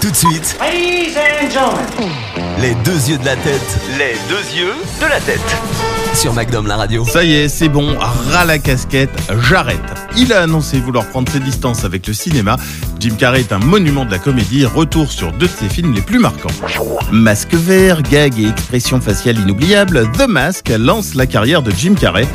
tout de suite Ladies and gentlemen. les deux yeux de la tête Les deux yeux de la tête. sur MacDom la radio. Ça y est, c'est bon, ras la casquette, j'arrête. Il a annoncé vouloir prendre ses distances avec le cinéma. Jim Carrey est un monument de la comédie, retour sur deux de ses films les plus marquants. Masque vert, gag et expression faciale inoubliable, The Mask lance la carrière de Jim Carrey.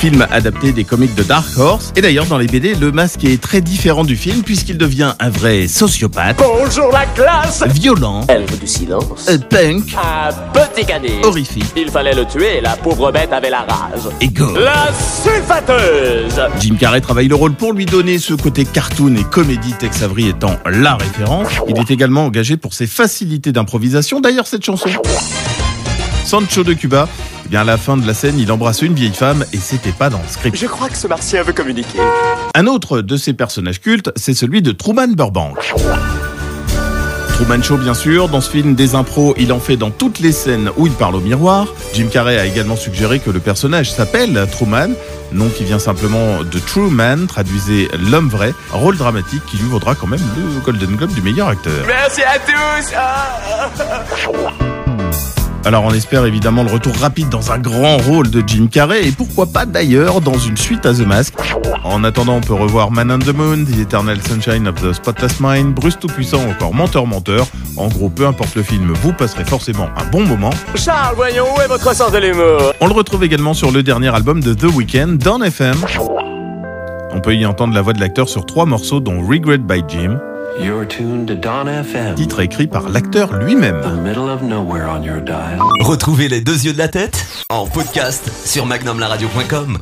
Film adapté des comics de Dark Horse. Et d'ailleurs, dans les BD, le masque est très différent du film puisqu'il devient un vrai sociopathe. Bonjour la classe Violent, Elfe du silence. euh, punk, Un petit canif. horrifique Il fallait le tuer, la pauvre bête avait la rage. et gore. La sulfateuse Jim Carrey travaille le rôle pour lui donner ce côté cartoon et comédie, Tex Avery étant la référence. Il est également engagé pour ses facilités d'improvisation, d'ailleurs cette chanson. Sancho de Cuba, eh bien à la fin de la scène, il embrasse une vieille femme et c'était pas dans le script. Je crois que ce martien veut communiquer. Un autre de ses personnages cultes, c'est celui de Truman Burbank. Truman Show, bien sûr. Dans ce film, des impros, il en fait dans toutes les scènes où il parle au miroir. Jim Carrey a également suggéré que le personnage s'appelle Truman, nom qui vient simplement de True Man, traduisez l'homme vrai, rôle dramatique qui lui vaudra quand même le Golden Globe du meilleur acteur. Merci à tous Alors on espère évidemment le retour rapide dans un grand rôle de Jim Carrey et pourquoi pas d'ailleurs dans une suite à The Mask. En attendant, on peut revoir Man on the Moon, The Eternal Sunshine of the Spotless Mind, Bruce Tout-Puissant, encore Menteur Menteur. En gros, peu importe le film, vous passerez forcément un bon moment. Charles, voyons où est votre sens de l'humour On le retrouve également sur le dernier album de The Weeknd, Down FM. On peut y entendre la voix de l'acteur sur trois morceaux dont Regret by Jim, You're tuned to Don FM, titre écrit par l'acteur lui-même. the middle of nowhere on your dial. Retrouvez les deux yeux de la tête en podcast sur magnumlaradio.com.